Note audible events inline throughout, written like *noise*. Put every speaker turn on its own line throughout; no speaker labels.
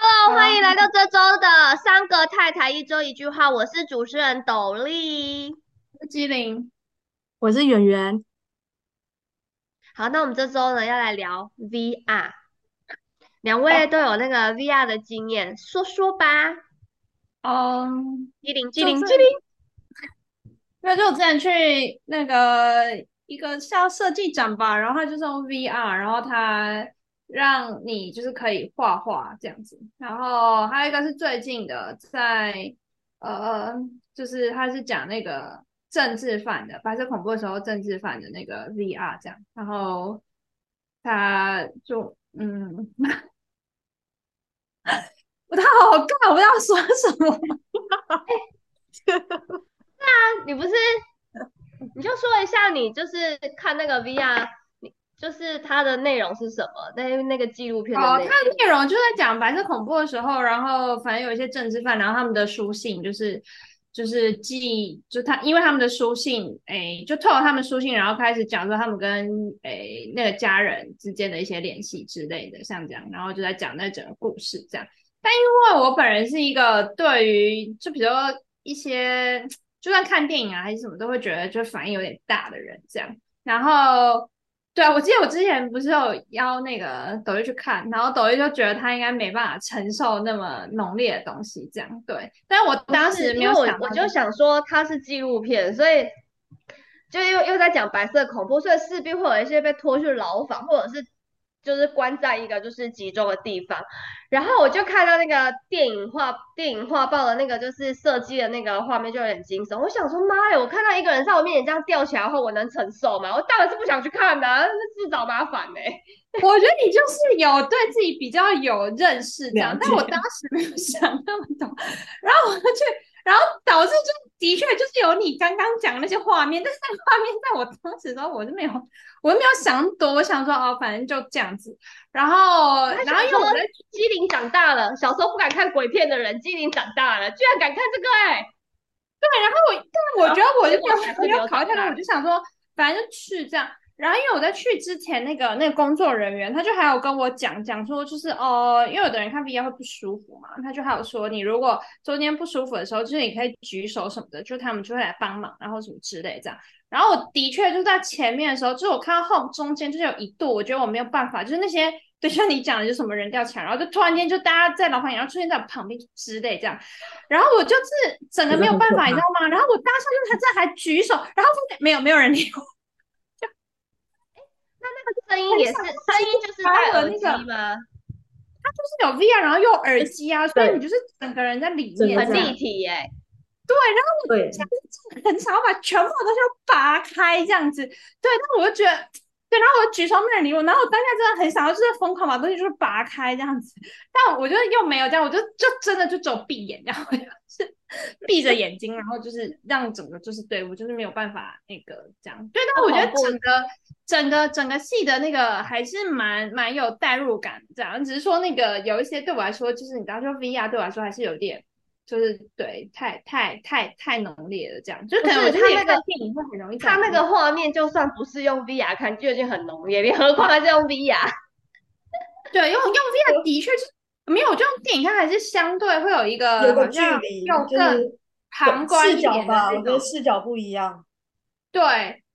欢迎来到这周的三个太太一周一句话，我是主持人斗笠。
机灵，
我是圆圆，
好，那我们这周呢要来聊 VR，两位都有那个 VR 的经验，说说吧。
嗯，
机灵机
就
灵
是
机
*laughs*
灵，
因为就我之前去那个一个叫设计展吧，然后它就是用 VR，然后它让你就是可以画画这样子，然后还有一个是最近的，在呃，就是它是讲那个政治犯的白色恐怖的时候政治犯的那个 VR 这样，然后它就嗯， *laughs* 我他好尬，我不知道说什么。
你不是你就说一下你就是看那个 VR，你就是它的内容是什么？那那个纪录片的
哦，
内容。
它的内容就在讲白色恐怖的时候，然后反正有一些政治犯，然后他们的书信就是就是寄，就他因为他们的书信，哎，就透过他们书信，然后开始讲说他们跟哎那个家人之间的一些联系之类的，像这样，然后就在讲那整个故事这样。但因为我本人是一个对于就比如说一些就算看电影啊还是什么，都会觉得就反应有点大的人这样，然后。对啊，我记得我之前不是有邀那个抖音去看，然后抖音就觉得他应该没办法承受那么浓烈的东西，这样对。但是我
不
当
是
时
哦
没
因
有
为我
想
我
到
就
这
想说它是纪录片，所以就又又在讲白色恐怖，所以势必会有一些被拖去牢房，或者是就是关在一个就是集中的地方。然后我就看到那个电影画电影画报的那个就是设计的那个画面，就有点惊悚。我想说妈呀，我看到一个人在我面前这样吊起来的话，我能承受吗？我当然是不想去看的、啊，那自找麻烦呢、 *laughs*
我觉得你就是有对自己比较有认识这样
了，
但我
解
当时没有想那么多，然后我就去，然后导致就的确就是有你刚刚讲的那些画面，但是那个画面在我当时的时候我是没有，我没有想那么多，我想说哦，反正就这样子。然后，
他
然后
想
因为我
说
在
机灵长大了，小时候不敢看鬼片的人，机灵长大了，居然敢看这个哎、
然后我，但我觉得我就
结
没
果还
有
是
没
没
有
有
考虑太
长
多，
大
我就想说，反正就去这样。然后因为我在去之前，那个那个工作人员他就还有跟我讲讲说，就是哦，因为有的人看 VR 会不舒服嘛，他就还有说，你如果中间不舒服的时候，就是你可以举手什么的，就他们就会来帮忙，然后什么之类这样。然后我的确就在前面的时候，就是我看到后中间就是有一度，我觉得我没有办法，就是那些对像你讲的，就什么人掉墙，然后就突然间就大家在老板娘出现在我旁边之类这样，然后我就是整个没有办法，你知道吗？然后我当下就是他这还举手，然后发现没有没有人理 *laughs* 我，
声音也是，声音就是戴耳机吗？
就是有 VR，然后又有耳机啊，所以
对
你就是整个人在里
整
面
个
很
这样
立体耶、
对，
想是很想要把全部的东西都拔开这样子。对，但我就觉得，对，然后我就举手没人理我，然后我当下真的很想要，就是疯狂把东西就是拔开这样子，但我就又没有这样，我就就真的就只有闭眼，然后我就是 *laughs* 闭着眼睛，然后就是让整个就是对我就是没有办法那个这样。对，但我觉得
好恐怖
整个整个整个戏的那个还是蛮蛮有代入感，这样只是说那个有一些对我来说，就是你刚刚说 VR 对我来说还是有点。就是对，太太太太浓烈了，这样就可
不
能
是
我就是
他
也
那个
看电影会很容易
它那
感
个
动
画面就算不是用 VR 看，就已经很浓烈，你何况还是用 VR？
对，用用 VR 的确是没有，就用电影看还是相对会有一个
有个
好像
距离
又
就是
更旁观
视
一
角
点的那
吧，我觉
种
得视角不一样。
对，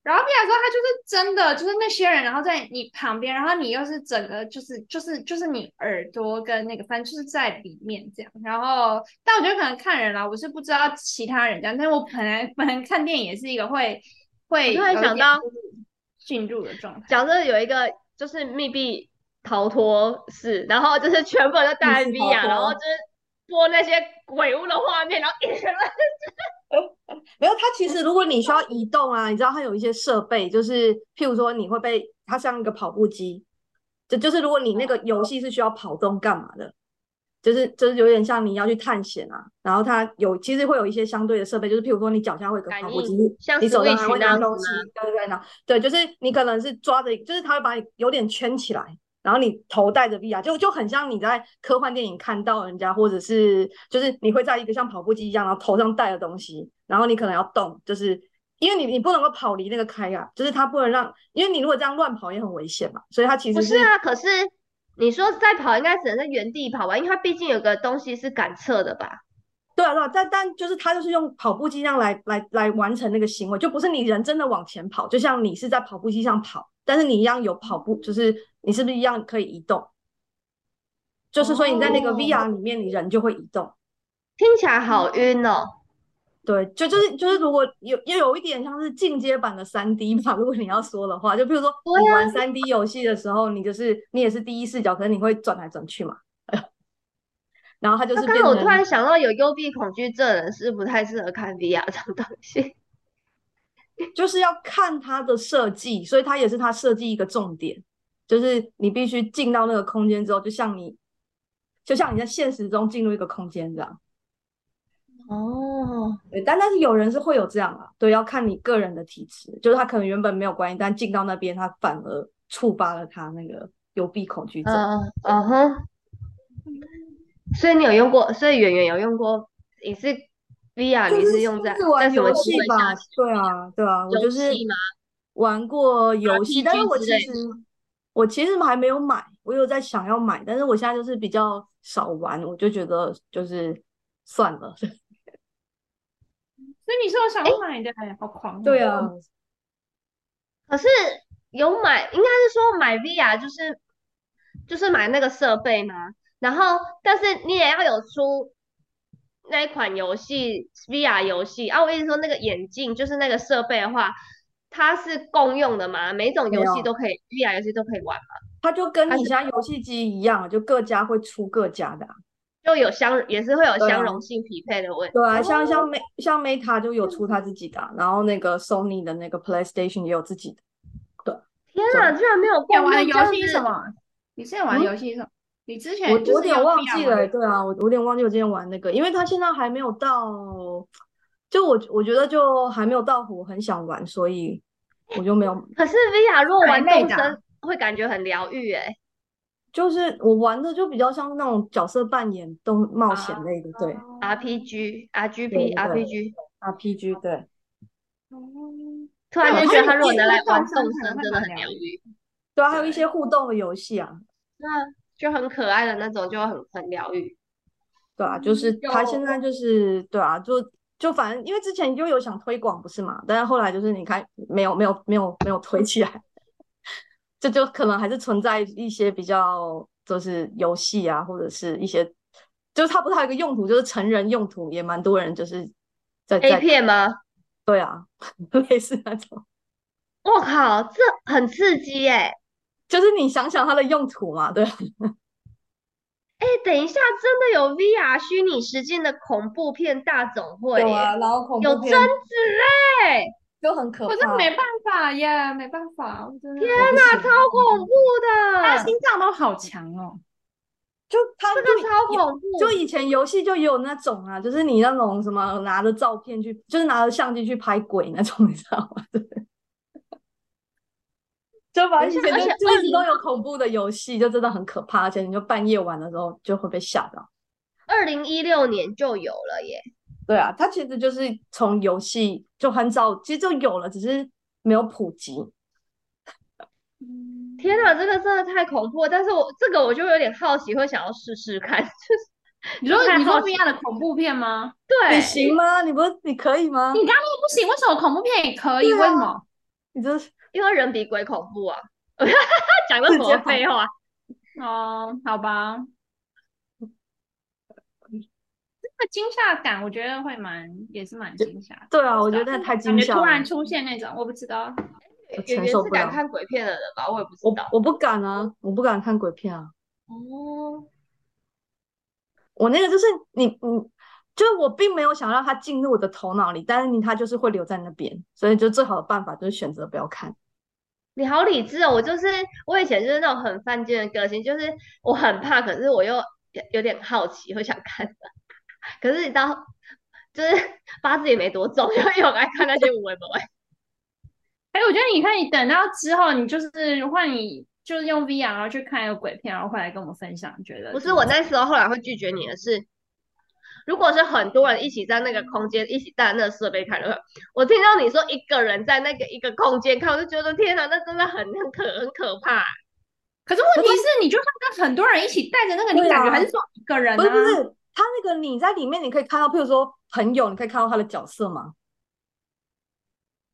然后 VR 之后，他就是真的就是那些人，然后在你旁边，然后你又是整个就是就是就是你耳朵跟那个，反正就是在里面这样。然后，但我觉得可能看人啦，我是不知道其他人这样，但是我本来 *laughs* 本来看电影也是一个会会
我突然
有一
想
点
到
进入的状态。
假设有一个就是密闭逃脱室，然后就是全部人都戴
密室逃
VR，
脱
然后就是播那些鬼屋的画面，然后一群人
没有，它其实如果你需要移动啊，你知道它有一些设备，就是譬如说你会被它像一个跑步机，就就是如果你那个游戏是需要跑动干嘛的，就是就是有点像你要去探险啊，然后它有其实会有一些相对的设备，就是譬如说你脚下会有个
感
跑步
应
机，
像
你手上
Switch
还会
那样子
拿东西，对对对，拿对，就是你可能是抓着，就是它会把你有点圈起来。然后你头戴着 VR，就就很像你在科幻电影看到人家，或者是就是你会在一个像跑步机一样，然后头上戴的东西，然后你可能要动，就是因为你你不能够跑离那个开啊，就是它不能让，因为你如果这样乱跑也很危险嘛，所以它其
不
实
是啊，可是你说再跑，应该只能在原地跑吧？因为它毕竟有个东西是感测的吧？
对啊，对啊，但但就是他就是用跑步机上来来来完成那个行为，就不是你人真的往前跑，就像你是在跑步机上跑，但是你一样有跑步，就是你是不是一样可以移动？就是所以你在那个
哦
VR 里面，你人就会移动。
听起来好晕哦。
对，就就是就是，如果有也有一点像是进阶版的三 D 吧，如果你要说的话，就比如说
对啊
你玩三 D 游戏的时候，你就是你也是第一视角，可是你会转来转去嘛， *laughs* 然后它就
那
是
刚
变
好我
成
突然想到，有幽闭恐惧症的人是不太适合看 VR 这种东
*laughs*
西。
就是要看它的设计，所以它也是它设计一个重点，就是你必须进到那个空间之后，就像你就像你在现实中进入一个空间这样。
哦，
对，但但是有人是会有这样啊，对，要看你个人的体质，就是他可能原本没有关系，但进到那边他反而触发了他那个幽闭恐惧症。
嗯嗯哼，所以你有用过，所以圆圆有用过，你是 VR，
就
你
是
用在
是玩
在什么
游
机
戏
会
吧
下？
对啊，对啊，我
游
就是
戏吗
玩过游戏，但是
RPG
我
之
其
类
实我其实还没有买，我有在想要买，但是我现在就是比较少玩，我就觉得就是算了。 *laughs*
所以你是有想要买的，好狂哦！
对啊，
可是有买，应该是说买 VR 就是就是买那个设备嘛，然后但是你也要有出那一款游戏 VR 游戏啊。我意思说那个眼镜就是那个设备的话，它是共用的嘛，每种
没
游戏
有
都可以，VR 游戏都可以玩嘛，
它就跟
它
你
是
现在游戏机一样，啊就各家会出各家的啊。
就有相也是会有
对
相
啊
容性匹配的问题。
对啊，像像 Meta 像 Meta 就有出他自己的啊，然后那个 Sony 的那个 PlayStation 也有自己的。
天哪，居然没有
你
共
哎玩的
用这样
游戏是
子
什么？啊你之前玩的
嗯
游戏是什么？你之前
我
就是
我有点
用
忘
VR
记
玩
了
的
欸，对啊，我我有点忘记我之前玩那个，因为他现在还没有到，就我我觉得就还没有到我很想玩，所以我就没有，
可是 VR 如果
哪一
玩
类
动
的啊
森会感觉很疗愈欸诶。
就是我玩的就比较像那种角色扮演、动冒险类的，对
RPG、
对
RGP、
对
RPG，
，RPG 对。
哦
突然
对
间
我
觉得
看
他
你
如果
健
拿
身
来玩
动
动
身
森，
可能会
真的
蛮
很
疗
疗愈。
对啊，还有一些互动的游戏啊，
那就很可爱的那种，就很很疗愈。
对啊，就是
嗯
他现在就是对啊，就就反正因为之前就有想推广不是嘛，但是后来就是你看没有没有没有没有推起来， *laughs* 这就可能还是存在一些比较就是游戏啊，或者是一些就是它不是还有一个用途，就是成人用途也蛮多人就是在
A
在
片吗？
对啊， *laughs* 类似那种，
我靠，这很刺激耶！
就是你想想它的用途嘛，对啊，
哎，等一下，真的有 VR 虚拟实境的恐怖片大总会
有
耶，
啊，然后恐
有
怖
贞
片
子哎，
就很可
我真
怕，
的没办法耶，没办法，我真的。
天
我不
哪，
行
超恐怖
他
的，
心脏都好强哦，
就它
这个
就
超
有
恐怖。
就以前游戏就也有那种啊，就是你那种什么拿着照片去，就是拿着相机去拍鬼那种，你知道吗？对。就反正以前
而
就
且
就一直都有恐怖的游戏，就真的很可怕，而且你就半夜玩的时候就会被吓到。
二零一六年就有了耶，
对啊，它其实就是从游戏就很早，其实就有了，只是没有普及。
天哪，这个真的太恐怖了。但是我这个我就有点好奇，会想要试试看。就是
你说
太
你说
好
VR 的恐怖片吗？
你
对，
行吗？你不是你可以吗
你？刚刚那个不行，为什么恐怖片也可以？
对啊
为什么？
你这
因为人比鬼恐怖啊！ *laughs* 讲了
直
什
接
么
跑
废话？
哦，好吧，这个惊吓感我觉得会蛮，也是蛮惊吓的。
对啊，我
不
觉
知
得
道
那太
感
惊
觉
吓
突
了
然出现那种，我不知道。
我
演
承
员
受
是
不
敢
了。
看鬼片的人吧？我也不知
我
道。
我不敢啊，我不敢看鬼片啊。
哦，
我那个就是你你，就是我并没有想让它进入我的头脑里，但是你它就是会留在那边，所以就最好的办法就是选择不要看。
你好理智哦！我就是我以前就是那种很犯贱的个性，就是我很怕，可是我又有有点好奇，会想看 *laughs* 的。可是你到就是八字也没多重， *laughs* 就又爱看那些无为不为。
哎，我觉得你看，你等到之后，你就是换你就是用 VR 然后去看一个鬼片，然后回来跟我们分享，你觉得
不是
怎呃么
我那时候后来会拒绝你的是，如果是很多人一起在那个空间一起带那个设备看的话，我听到你说一个人在那个一个空间看，我就觉得天哪，那真的很很可很可怕。
可是问题是，你就算跟很多人一起带着那个，你
对
感觉
啊
还是只有一个人
不是不
啊。
是，他那个你在里面，你可以看到，譬如说朋友，你可以看到他的角色吗？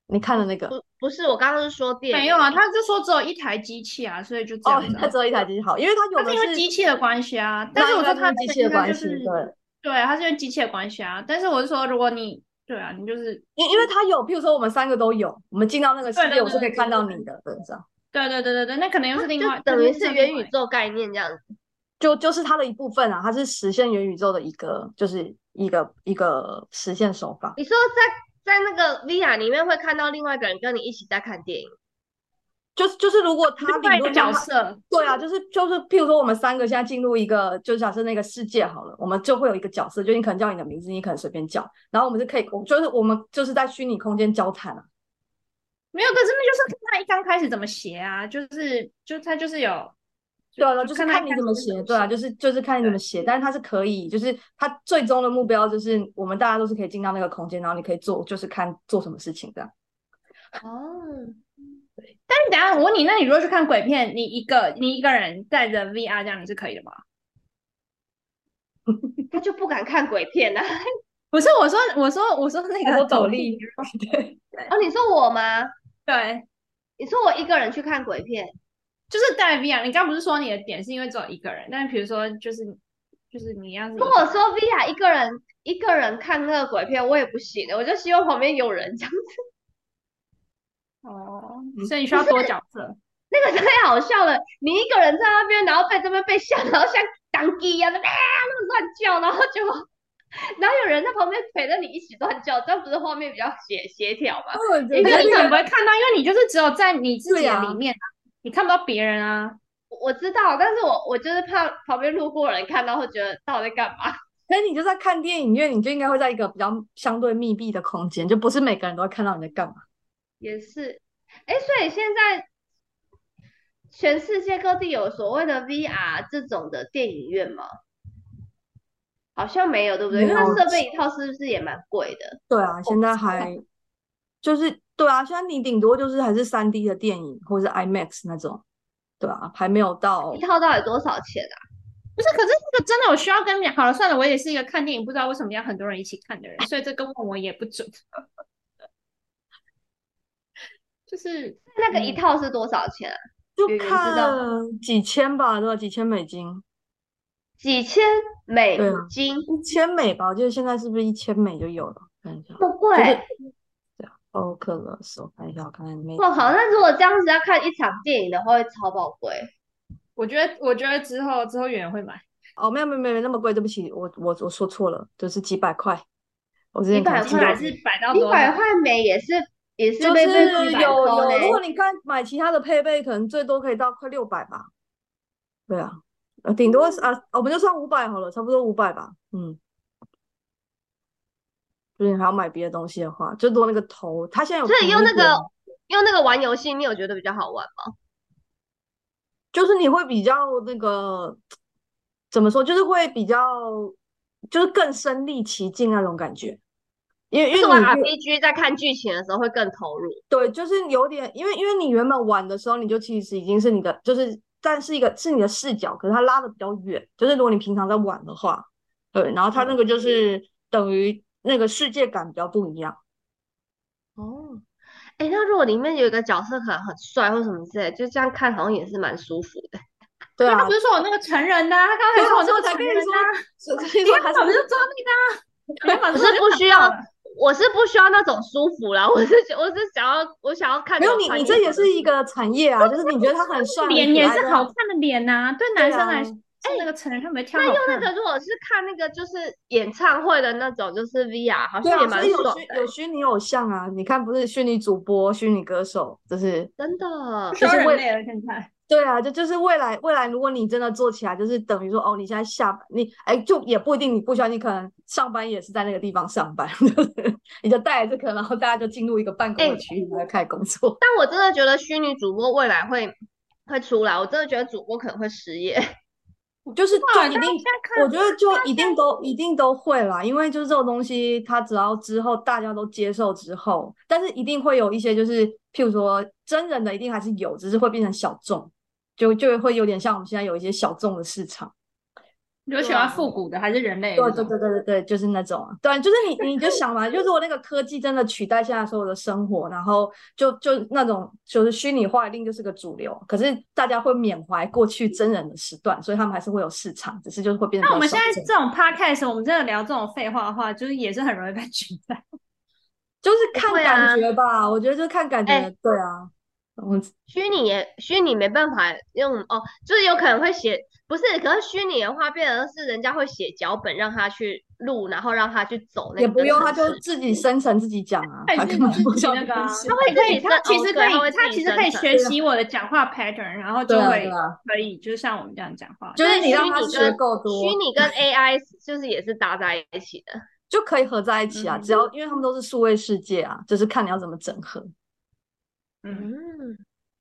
你看了那个？哦
不不是，我刚刚是说电
没
影
有啊，他就说只有一台机器啊，所以就这
哦
样子，啊。
他只有一台机器好，因为他有
它
的
是因为机器的关系啊，但
那
是我
应该
说
是
它
机
这
器的
应该
关
就
系，
是
对。
对，它是因为机器的关系啊。但是我是说，如果你对啊，你就是
因因为他有，譬如说我们三个都有，我们进到那个世
对对
界，我是
对
可以
对
看
对
到
对
你的，对，这样
对对对对对，那可能又是另外，
就等于
那
是
另外
元宇宙概念这样子。
就就是它的一部分啊，它是实现元宇宙的一个，就是一个一个实现手法。
你说在在那个 VR 里面会看到另外一个人跟你一起在看电影，
就是就是，如果他
另
理
外一个
论
角
上它，
色，
对啊，就是就是，譬如说我们三个现在进入一个，就假设那个世界好了，我们就会有一个角色，就你可能叫你的名字，你可能随便叫，然后我们是可以，我就是我们就是在虚拟空间交谈啊。
没有，可是那就是看他一刚开始怎么写啊，就是就他就是有，哎
对啊，就是
看他
看
一
你
开
怎
始
么
是怎
写，
么
对啊，
写
就是就是看你怎么
对
写，但是它是可以，就是它最终的目标就是我们大家都是可以进到那个空间，然后你可以做，就是看做什么事情
*laughs*
这样。
哦，但是等一下我问你，那你如果去看鬼片，你一个你一个人带着 VR 这样，你是可以的吗？
他就不敢看鬼片了、啊
不是，我说我说我说那
我 *laughs*
个
说斗
笠， *laughs*
笠，对，
哦，你说我吗？
对，
你说我一个人去看鬼片，
就是带 VR。你刚不是说你的点是因为只有一个人，但是比如说就是就是你要是
如果说 VR 一个人一个人看那个鬼片，我也不行的，我就希望旁边有人这样子。
哦
嗯，
所以你需要多角色。
那个太好笑了，你一个人在那边，然后被这边被吓，然后像当机一样的啊那么乱叫，然后结果。然后有人在旁边陪着你一起乱叫，这样不是画面比较协协调吗？
我 *laughs* 觉
可
得
是你
这
可能
个
不会看到，因为你就是只有在你自己
对
的
啊
里面啊，你看不到别人啊。
我我知道，但是我我就是怕旁边路过的人看到会觉得到底在干嘛。
可是你就在看电影院，你就应该会在一个比较相对密闭的空间，就不是每个人都会看到你在干嘛。
也是，哎，所以现在全世界各地有所谓的 VR 这种的电影院吗？好像没有，对不对？因为
没有
设备一套是不是也蛮贵的？
对啊，现
哦
在还就是对啊，现在你顶多就是还是 3D 的电影或者是 IMAX 那种，对啊，还没有到
一套到底多少钱啊？
不是，可是这个真的我需要跟你讲。好了，算了，我也是一个看电影不知道为什么要很多人一起看的人，所以这个问我也不准。 *laughs* 就是
那个一套是多少钱啊？
就
圆圆知道
看几千吧，对吧？啊几千美金。
几千美
对啊
金，
一千美吧，我记得现在是不是一千美就有了？看一下哦
这么贵？
就是，Oculus，我看一下，我看看没。
我靠！那如果这样子要看一场电影的话，会超宝贵。
我觉得，我觉得之后之后有人会买。
哦，没有没有没有那么贵，对不起，我我我说错了，就是几百块。我之前
几百
看
块
记得
还
还是摆到
一
多
百
少？
块美也是也是
就
被被
是
几百
有
扣
有，如果
嘞。
你看买其他的配备，可能最多可以到快六百吧。对啊，呃，顶多是啊，我们就算五百好了，差不多五百吧。嗯，就是你还要买别的东西的话，最多那个头，它现在有
所以
便
用
宜
那
一点
个用那个玩游戏，你有觉得比较好玩吗？
就是你会比较那个怎么说，就是会比较就是更身临其境那种感觉，因为因
是
为
玩
你越
RPG 在看剧情的时候会更投入。
对，就是有点，因为因为你原本玩的时候，你就其实已经是你的，就是但是一个是你的视角，可是它拉的比较远，就是如果你平常在玩的话，对，然后它那个就是等于那个世界感比较不一样。
哦，哎，那如果里面有一个角色可能很帅或什么之类，就这样看好像也是蛮舒服的。
对
他
啊
不，是说我那个成人的啊，他刚才
对
说
啊，
我
所以
那个
我才
成
跟
人
你
的
说
啊，，
所以所以
你
说
原
还
本
是
就抓你的啊，原本
我
就是
不需要
到了，
我是不需要那种舒服啦，我是我是想要我想要看
没
那
有
种
你，
穿
你
衣
这也
服的
是一个产业啊，就是你觉得他很帅、很
脸
可
也
爱
是
对啊
好看的脸呐、对男
对
生来
啊
说，哎、那个成人他们会挑
那
好
用那
看。
个，如果是看那个就是演唱会的那种，就是 VR，好
对
像也
啊，所
蛮
以有
爽
虚
的
有
欸，
虚拟偶像啊，你看不是虚拟主播、虚拟歌手，就是
真的
不。需要
就是
人
为
类了，现在
对啊，这就是未来未来，如果你真的做起来，就是等于说哦，你现在下班，你哎就也不一定，你不需要，你可能上班也是在那个地方上班， *laughs* 就是你就带着这个，然后大家就进入一个办公
哎
的区域，然后开始工作。 *laughs*
但我真的觉得虚拟主播未来会会出来，我真的觉得主播可能会失业。
就是
哇大
啊就一
家
定
现在看
我觉得就一定都一定都会啦，因为就是这种东西，它只要之后大家都接受之后，但是一定会有一些就是，譬如说真人的一定还是有，只是会变成小众。就就会有点像我们现在有一些小众的市场。
你有喜欢复古的还是人类的
对
那
对
种？
对对对对，就是那种啊，对，就是你你就想嘛，就如果那个科技真的取代现在所有的生活，然后就就那种就是虚拟化一定就是个主流，可是大家会缅怀过去真人的时段，所以他们还是会有市场，只是就是会变得
那
比
我们
较
现
小
在
众
这种 podcast，我们真的聊这种废话的话，就是也是很容易被取代。
就是看
会
感
啊
觉吧，我觉得就是看感觉，
哎
对啊，嗯，
虚拟也虚拟没办法用哦，就是有可能会写，不是，可是虚拟的话，变成是人家会写脚本让他去录，然后让他去走那
也
个
不用，他啊
程
就
式。
自己生成自己讲啊，
他
*laughs* 他
已
根
经
本
自
不
己
需要
那个啊
分析
他会
可
自
以，
己
他
生
其
哦
实可
对他
以，
会
他
自己
其实
生
可以
成
学习我的讲话 pattern，然后就
对啊
会
对啊，
可以，就是像我们这样讲话。
就是
所
你
以
让
虚
他
拟
学
跟
够多
虚拟
*laughs*
跟 AI 就是也是搭在一起的。
就可以合在一起啊，只要
嗯
因为他们都是数位世界啊，就是看你要怎么整合，
嗯，
嗯，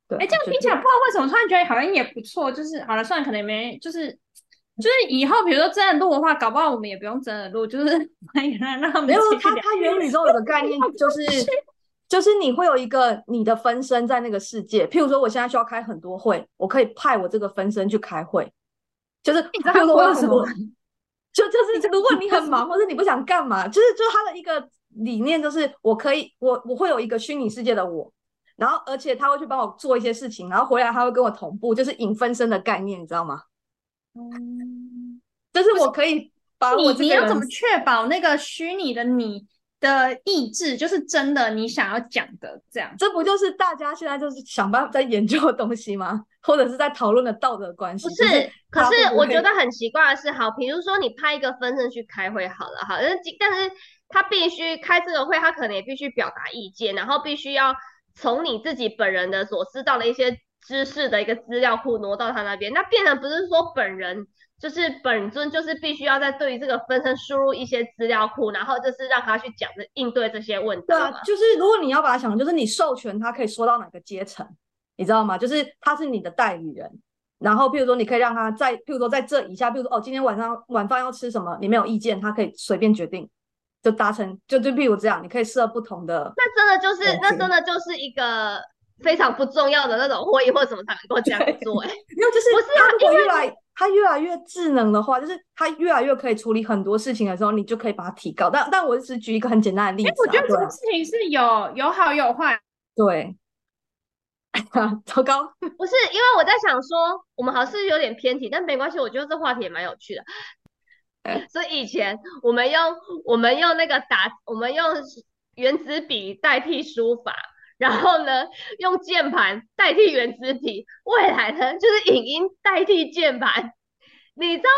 对
哎，
啊，
这样
就
听起来不知道为什么突然觉得好像也不错，就是好了，算了，可能也没，就是就是以后比如说真的录的话，搞不好我们也不用真的录，就是 *laughs* 欢迎让他们
没有
继续
它，
聊。
它元宇宙有个概念就是，就是你会有一个你的分身在那个世界。譬如说，我现在需要开很多会，我可以派我这个分身去开会。就是
你知道
譬如说我
它
有
为什
很
么
多
吗，
就就是如果你很忙或者你不想干嘛，就是就是它的一个理念就是，我可以我我会有一个虚拟世界的我。然后，而且他会去帮我做一些事情，然后回来他会跟我同步，就是影分身的概念，你知道吗？
嗯
就是我可以把我
你
这
你
个
要
人
怎么确保那个虚拟的你的意志就是真的你想要讲的这样？
这不就是大家现在就是想办法在研究的东西吗？或者是在讨论的道德关系？
不，
就是
可
它会
是
不
我
会
觉得很奇怪的是，好，比如说你派一个分身去开会好了，好，但是但是他必须开这个会，他可能也必须表达意见，然后必须要从你自己本人的所知道的一些知识的一个资料库挪到他那边，那变成不是说本人就是本尊，就是必须要在对于这个分身输入一些资料库，然后就是让他去讲的应对这些问题
对啊，
嘛。
就是如果你要把它想，就是你授权他可以说到哪个阶层，你知道吗？就是他是你的代理人，然后譬如说你可以让他在，譬如说在这以下，譬如说哦，今天晚上晚饭要吃什么，你没有意见，他可以随便决定，就达成，就就譬如这样，你可以设不同的，
那真的就是，
了
那
解
真的就是一个非常不重要的那种会议或者什么才能够这样做、欸，
没有，就是
不是啊
他如果越来他越来越智能的话，就是他越来越可以处理很多事情的时候，你就可以把它提高。但但我只举一个很简单的例
哎，
子
我
啊，
觉得这
对
个
啊
事情是有有好有坏。
对，啊 *laughs* 糟糕，
不是，因为我在想说，我们好像是有点偏题，但没关系，我觉得这话题也蛮有趣的。 *laughs* 所以以前我们用我们用那个打，我们用原子笔代替书法，然后呢用键盘代替原子笔，未来呢就是影音代替键盘。你知道，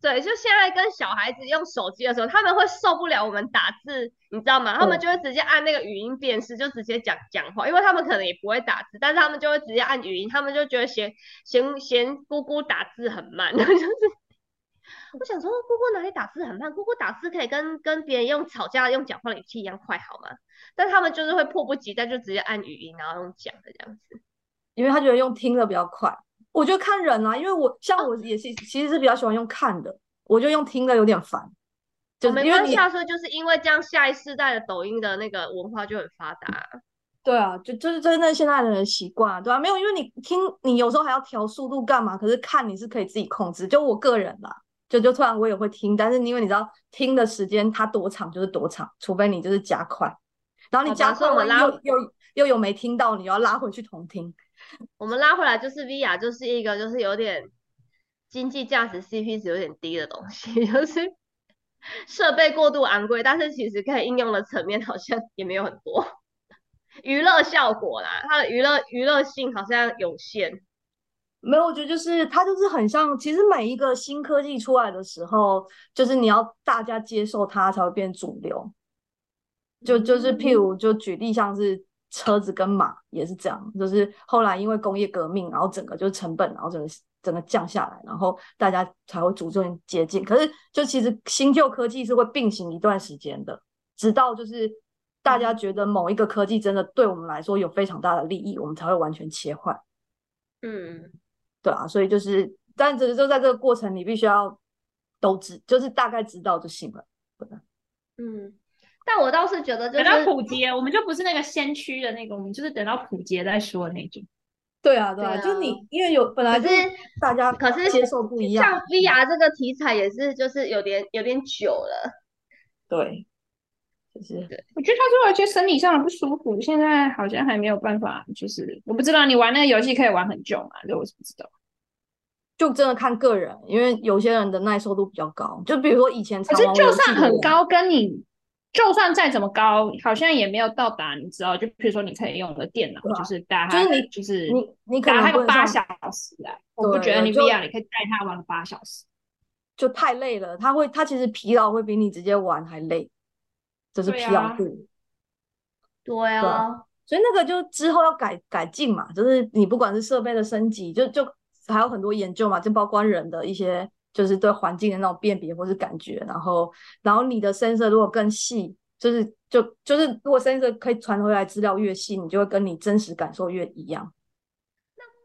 对，就现在跟小孩子用手机的时候，他们会受不了我们打字，你知道吗？他们就会直接按那个语音辨识，就直接讲讲话，因为他们可能也不会打字，但是他们就会直接按语音，他们就觉得嫌嫌嫌姑姑打字很慢， *laughs* 就是。我想说，姑姑哪里打字很慢？姑姑打字可以跟跟别人用吵架、用讲话的语气一样快，好吗？但他们就是会迫不及待，就直接按语音，然后用讲的这样子。
因为他觉得用听的比较快。我觉得看人啊，因为我像我也是，其实是比较喜欢用看的，我觉得用听的有点烦，就
哦
是
没
因为
关
你
系啊，所以就是因为这样，下一世代的抖音的那个文化就很发达啊。
对啊，就就是真的现在人的习惯啊，对啊，没有，因为你听你有时候还要调速度干嘛？可是看你是可以自己控制。就我个人啦，就就突然我也会听，但是因为你知道听的时间它多长就是多长，除非你就是加快，然后你
好吧
加
所
快
以我
万一
拉
又又又有没听到，你又要拉回去重听。
我们拉回来，就是 VR 就是一个就是有点经济价值 CP 值有点低的东西， *laughs* 就是设备过度昂贵，但是其实可以应用的层面好像也没有很多，娱乐效果啦，它的娱乐娱乐性好像有限。
没有，我觉得就是它就是很像，其实每一个新科技出来的时候，就是你要大家接受它才会变主流。就就是譬如就举例，像是车子跟马也是这样，就是后来因为工业革命，然后整个就是成本，然后整个整个降下来，然后大家才会逐渐接近。可是就其实新旧科技是会并行一段时间的，直到就是大家觉得某一个科技真的对我们来说有非常大的利益，我们才会完全切换。
嗯，
对啊，所以就是，但只是就在这个过程，你必须要都知，就是大概知道就行了。
嗯，但我倒
哎
是觉得就
等到
是
普及，我们就不是那个先驱的那个，我们就是等到普及了再说的那种。
对啊，对啊，
对
就
啊
你因为有本来
可
就是大家
可是
接受不一样，嗯
像 VR 这个题材也是就是有点有点久了，
对，就是
我觉得他说有一些生理上的不舒服，现在好像还没有办法，就是我不知道你玩那个游戏可以玩很久嘛，这我是不知道。
就真的看个人，因为有些人的耐受度比较高，就比如说以前
可
常
是
玩
就
啊游戏
算
的
很
人
高，跟你就算再怎么高，好像也没有到达你知道，就比如说你可以用的电脑
对啊，
就是打
就是
它
你
就是
你你可
打
能
它
不
个
能
八
像
小时啊，我不
对
觉得你
就
VR 你可以带它玩个八小时。
就太累了，他会他其实疲劳会比你直接玩还累，就是
对
疲劳
啊
度。
对
对
啊
啊。所以那个就之后要改改进嘛，就是你不管是设备的升级，就就还有很多研究嘛，就包括人的一些就是对环境的那种辨别或是感觉，然后然后你的 sensor 如果更细，就是就就是如果 sensor 可以传回来资料越细，你就会跟你真实感受越一样。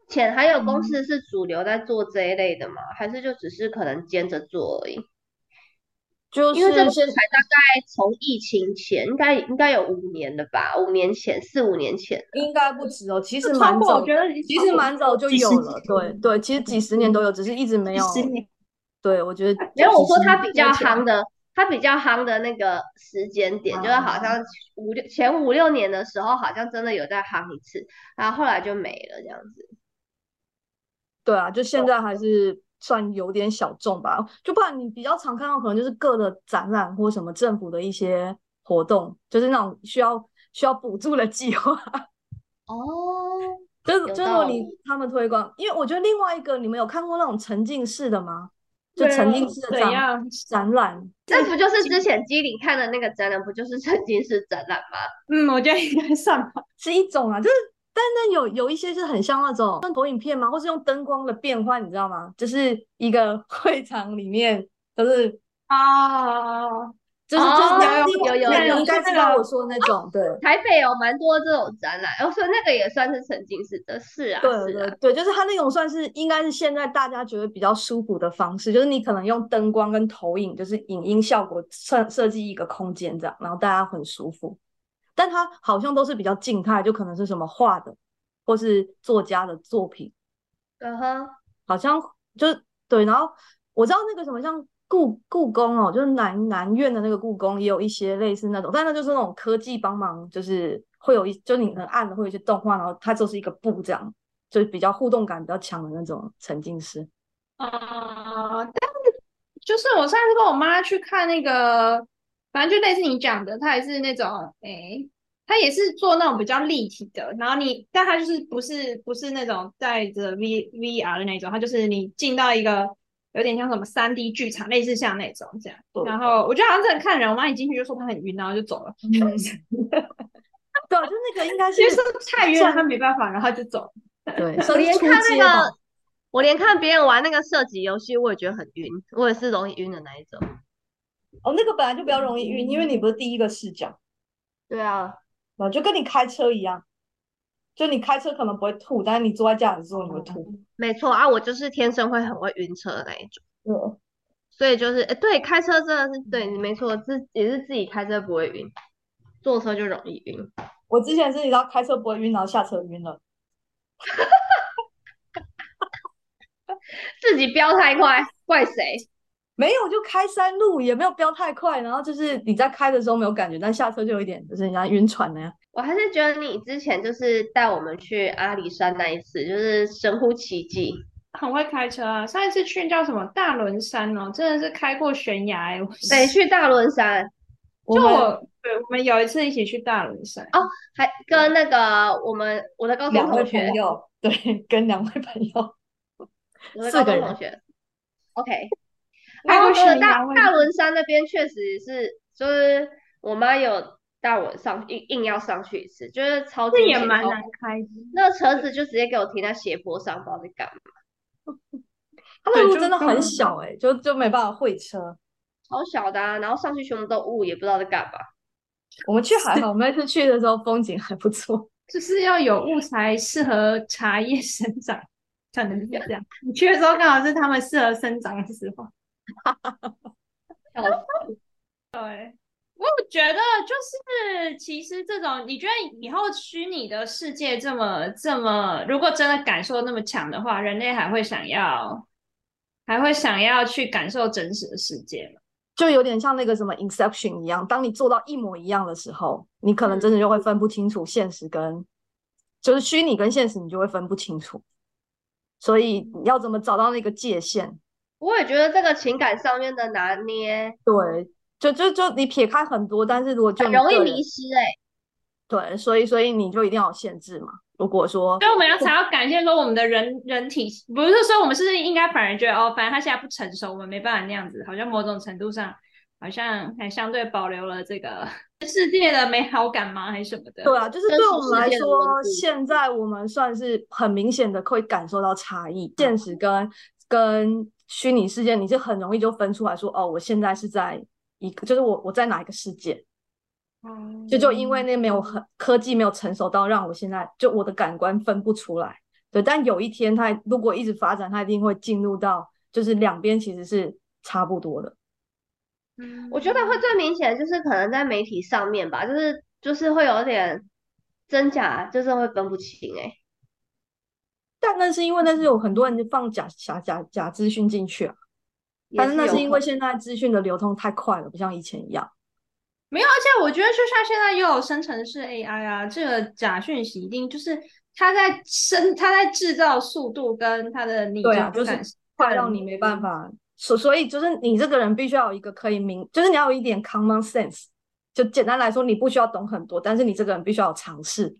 目前还有
嗯
公司是主流在做这一类的吗？还是就只是可能兼着做而已？
就
因为这
是
个
现
才大概从疫情前，应该应该有五年了吧，五年前，四五年前。
应该不止哦，其实
超
蛮
过
早
我觉得
其实蛮早就
几十
有
年
了，对对，其实几十年都有，只是一直没有。
十年，
对，我觉得
没有，
几
我说
十
它比
年
较
起来
夯的，它比较夯的那个时间点，就是好像
哦
五六前五六年的时候，好像真的有在夯一次，然后后来就没了这样子。
对啊，就
哦
现在还是算有点小众吧，就不然你比较常看到可能就是各的展览或什么政府的一些活动，就是那种需要需要补助的计划， *laughs*
哦，
就是
有
就是如果
道
你
理
他们推广，因为我觉得另外一个你们有看过那种沉浸式的吗？就
对啊
沉浸式的
怎
展
样？
展览，
那不就是之前机灵看的那个展览，不就是沉浸式展览吗？
嗯，我觉得应该算吧。
是一种啊，就是但那有有一些是很像那种像投影片嘛，或是用灯光的变换，你知道吗？就是一个 *laughs* 会场里面都是
啊，
就是就是
哦
那另
有
外
有
那
有
你应该
就那
知道
个
我说的那种，对。
台北有蛮多这种展览，哦，所以那个也算是沉浸式的，是啊，
对
是
对
啊，
对，就是它那种算是应该是现在大家觉得比较舒服的方式，就是你可能用灯光跟投影，就是影音效果设设计一个空间这样，然后大家很舒服。但它好像都是比较静态，就可能是什么画的，或是作家的作品，
嗯哼，
好像就是对。然后我知道那个什么像故故宫哦，就是南南院的那个故宫也有一些类似那种，但那就是那种科技帮忙，就是会有一就你很暗的会有一些动画，然后它就是一个布这样，就是比较互动感比较强的那种沉浸式。
啊、但是就是我上次跟我妈去看那个，反正就类似你讲的，它也是那种，诶，它也是做那种比较立体的，然后你，但它就是不是不是那种带着 V VR 的那种，它就是你进到一个有点像什么 3D 剧场，类似像那种这样。
对
然后我觉得好像真的看人，我妈一进去就说她很晕，然后就走了，
嗯
*laughs* 对啊，就那个应该是
因为说太晕了，她没办法，然后就走了。
对，
我
算是
连
初
看那
阶
个
吧。
我连看别人玩那个射击游戏，我也觉得很晕，我也是容易晕的那一种。
哦，那个本来就比较容易晕，因为你不是第一个视角，
对啊，
啊，就跟你开车一样，就你开车可能不会吐，但是你坐在驾驶座
哦
你会吐。
没错啊，我就是天生会很会晕车的那一种，
嗯，
所以就是，哎，对，开车真的是对你没错，自也是自己开车不会晕，坐车就容易晕。
我之前是你知道开车不会晕，然后下车晕了。
自己飙太快，怪谁？
没有，就开山路，也没有飙太快，然后就是你在开的时候没有感觉，但下车就有一点，就是人家晕船那样。
我还是觉得你之前就是带我们去阿里山那一次，就是神乎其技。
很会开车啊！上一次去叫什么大轮山哦，真的是开过悬崖欸我
对，去大仑山，
我
就
们
我，对，我们有一次一起去大仑山，
还跟那个我们我的高中
两
同
位朋
学，
友，对，跟两位朋友，
我的
四
高
个
中
人
同学，OK。
开
然后
过
那
悬
个大
崖，我也
大仑山那边确实是，就是我妈有带我上硬硬要上去一次，就是超
这
惊
也
险
蛮
超
难开的。
那个车子就直接给我停在斜坡上，不知道在干嘛，
他那
对
路
就
真的
根
很
本
小哎、就就没办法会车。
超小的啊，然后上去全部都雾，也不知道在干嘛。
我们去还好，我们那次去的时候风景还不错。
就是要有雾才适合茶叶生长，可能是这样。你去的时候刚好是他们适合 *laughs* 生长的时候。
笑死
对，我有觉得就是，其实这种你觉得以后虚拟的世界这么这么，如果真的感受那么强的话，人类还会想要，还会想要去感受真实的世界吗？
就有点像那个什么 Inception 一样，当你做到一模一样的时候，你可能真
嗯
的就会分不清楚现实跟，就是虚拟跟现实，你就会分不清楚。所以
嗯
你要怎么找到那个界限？
我也觉得这个情感上面的拿捏
对，就就就你撇开很多，但是如果就
很
你
容易
个人
迷失哎、
对，所以所以你就一定要有限制嘛。如果说
所以我们要才要感谢说我们的人人体，不是说我们是不是应该反而觉得哦，反正他现在不成熟，我们没办法那样子，好像某种程度上好像还相对保留了这个 *laughs* 世界的美好感吗？还是什么的？
对啊，就是
真
对
实
我们
世
来
界的
说
温，度
现在我们算是很明显的会感受到差异，现实跟跟虚拟世界，你是很容易就分出来说，哦，我现在是在一个，就是我我在哪一个世界，
嗯，
就就因为那没有很科技没有成熟到让我现在就我的感官分不出来，对，但有一天它如果一直发展，它一定会进入到就是两边其实是差不多的，
我觉得会最明显就是可能在媒体上面吧，就是就是会有点真假，就是会分不清哎、
但那是因为那是有很多人就放假假假假资讯进去啊。
也
但是那
有
是因
可
为
能
现在资讯的流通太快了，不像以前一样。
没有，而且我觉得就像现在又有生成式 AI 啊，这个假讯息一定就是它在生，它在制造速度跟它的拟
对啊
真
就是
感
快到你
嗯
没办法，所所以就是你这个人必须要有一个可以明，就是你要有一点 common sense。就简单来说，你不需要懂很多，但是你这个人必须要有尝试。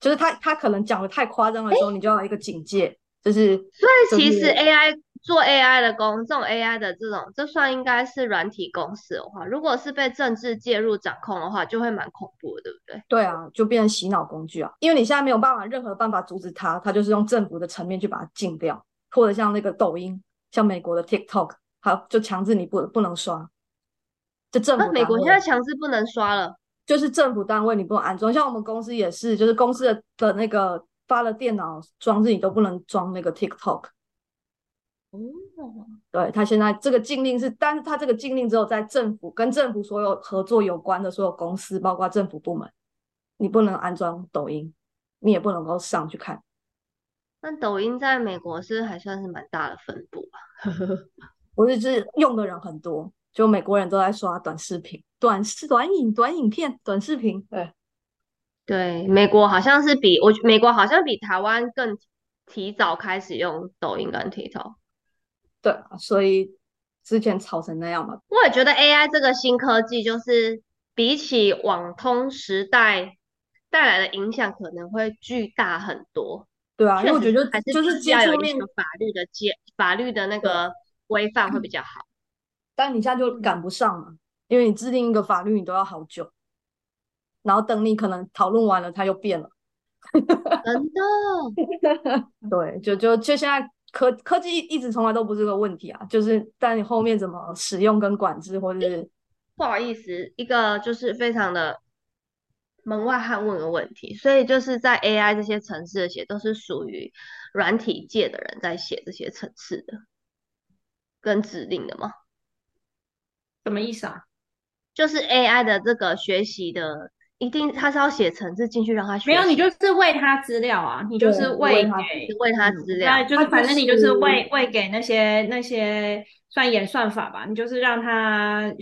就是他他可能讲的太夸张的时候，你就要有一个警戒，就是
所以
就
其实
是
AI 做 AI 的工，这种 AI 的这种，这算应该是软体公司的话，如果是被政治介入掌控的话，就会蛮恐怖的，对不对？
对啊，就变成洗脑工具啊。因为你现在没有办法任何办法阻止他，他就是用政府的层面去把它禁掉，或者像那个抖音，像美国的 TikTok，好就强制你不不能刷。就政
那
府
啊美
单
国
位
现在强制不能刷了，
就是政府单位你不能安装，像我们公司也是，就是公司的的那个发了电脑装置，你都不能装那个 TikTok。对，他现在这个禁令是，但是他这个禁令只有在政府跟政府所有合作有关的所有公司，包括政府部门，你不能安装抖音，你也不能够上去看。
那抖音在美国是还算是蛮大的分布吧？
我是指用的人很多，就美国人都在刷短视频、短视、短影、短影片、短视频。对，
对，美国好像是比我，美国好像比台湾更提早开始用抖音跟 TikTok。
对啊，所以之前吵成那样嘛，
我也觉得 AI 这个新科技，就是比起网通时代带来的影响，可能会巨大很多。
对啊，因为
确
我
实
觉得
还是
就
必
是
须
接
要有
触
一
面
个法律的界，法律的那
对
个规范会比
*laughs*
较好。
但你现在就赶不上嘛，因为你制定一个法律，你都要好久，然后等你可能讨论完了，它又变了。
真的，嗯
对，就就就现在科科技一直从来都不是个问题啊，就是但你后面怎么使用跟管制，或者是
不好意思，一个就是非常的门外汉问个问题，所以就是在 AI 这些城市的写，都是属于软体界的人在写这些城市的跟指令的吗？
什么意思啊？
就是 AI 的这个学习的，一定它是要写程式进去让它学
没有，你
习
就是喂它资料啊，你就
对
是
喂
喂
它
给
喂它
嗯
资料。
那就是
它
反
就
正你就是
是
喂喂给那些那些算演算法吧，你就是让他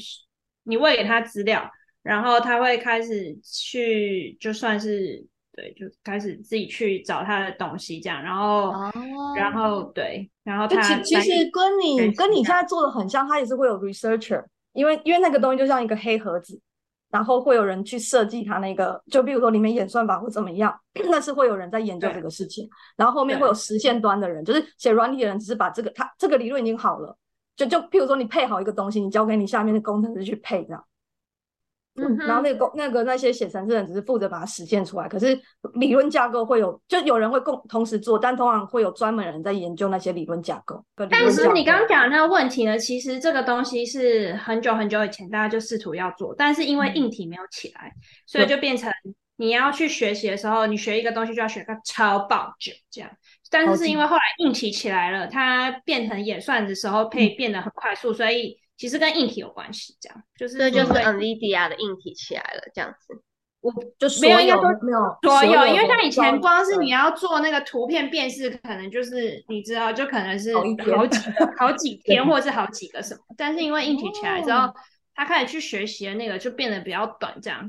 你喂给他资料，然后他会开始去就算是对，就开始自己去找他的东西这样，然后
哦
然后对，然后
就
他
其其
来
实跟你
学
跟
习
你现
这样
在做的很像，它也是会有 researcher，因为因为那个东西就像一个黑盒子，然后会有人去设计它那个，就比如说里面演算法或怎么样， *clears throat* 那是会有人在研究
对
这个事情，然后后面
对
会有实现端的人，就是写软体的人只是把这个他这个理论已经好了，就就譬如说你配好一个东西，你交给你下面的工程师去配这样。
嗯哼
然后那个工那个那些写程式的人只是负责把它实现出来，可是理论架构会有，就有人会共同时做，但通常会有专门人在研究那些理论架构。跟理
但
论
是
架
你
构
刚刚讲的那个问题呢，其实这个东西是很久很久以前大家就试图要做，但是因
嗯
为硬体没有起来，所以就变成你要去学习的时候，你学一个东西就要学个超爆久这样。但
好
是是因
久
嗯
为后来硬体起来了，它变成演算的时候可以变得很快速，所以其实跟硬体有关系，这样就是
所以就是
因为
嗯
NVIDIA 的硬体起来了，这样子。
我就
没
所
有
有
应该说
没有
所有，因为
的
像以前
教
光是
程
你要做那个图片辨识，可能就是你知道，就可能是
好一天
好几个、好几天，或者是好几个什么。但是因为硬体起来之后，他开始去学习的那个就变得比较短，这样。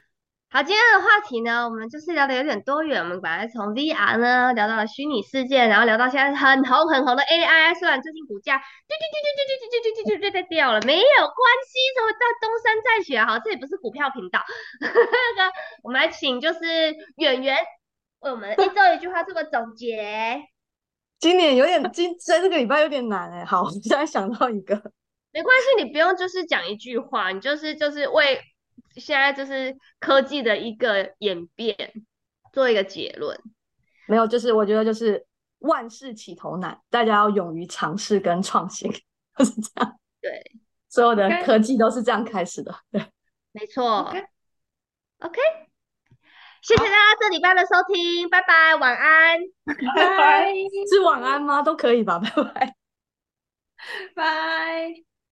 好，今天的话题呢，我们就是聊的有点多元，我们本来从 VR 呢聊到了虚拟世界，然后聊到现在很红很红的 AI，虽然最近股价就就就就就就就就就就在掉了，没有关系，从到东山再起啊，好，这里不是股票频道，那个我们来请就是演员为我们一周一句话做个总结，
今年有点今在这个礼拜有点难哎、好，我 *laughs* 现在想到一个，
没关系，你不用就是讲一句话，你就是就是为现在就是科技的一个演变做一个结论。
没有，就是我觉得就是万事起头难，大家要勇于尝试跟创新，就是这样。
对，
所有的
OK
科技都是这样开始的。对，
没错
OK
OK，谢谢大家这礼拜的收听，拜拜，晚安。
拜
是晚安吗？都可以吧，拜拜。
拜。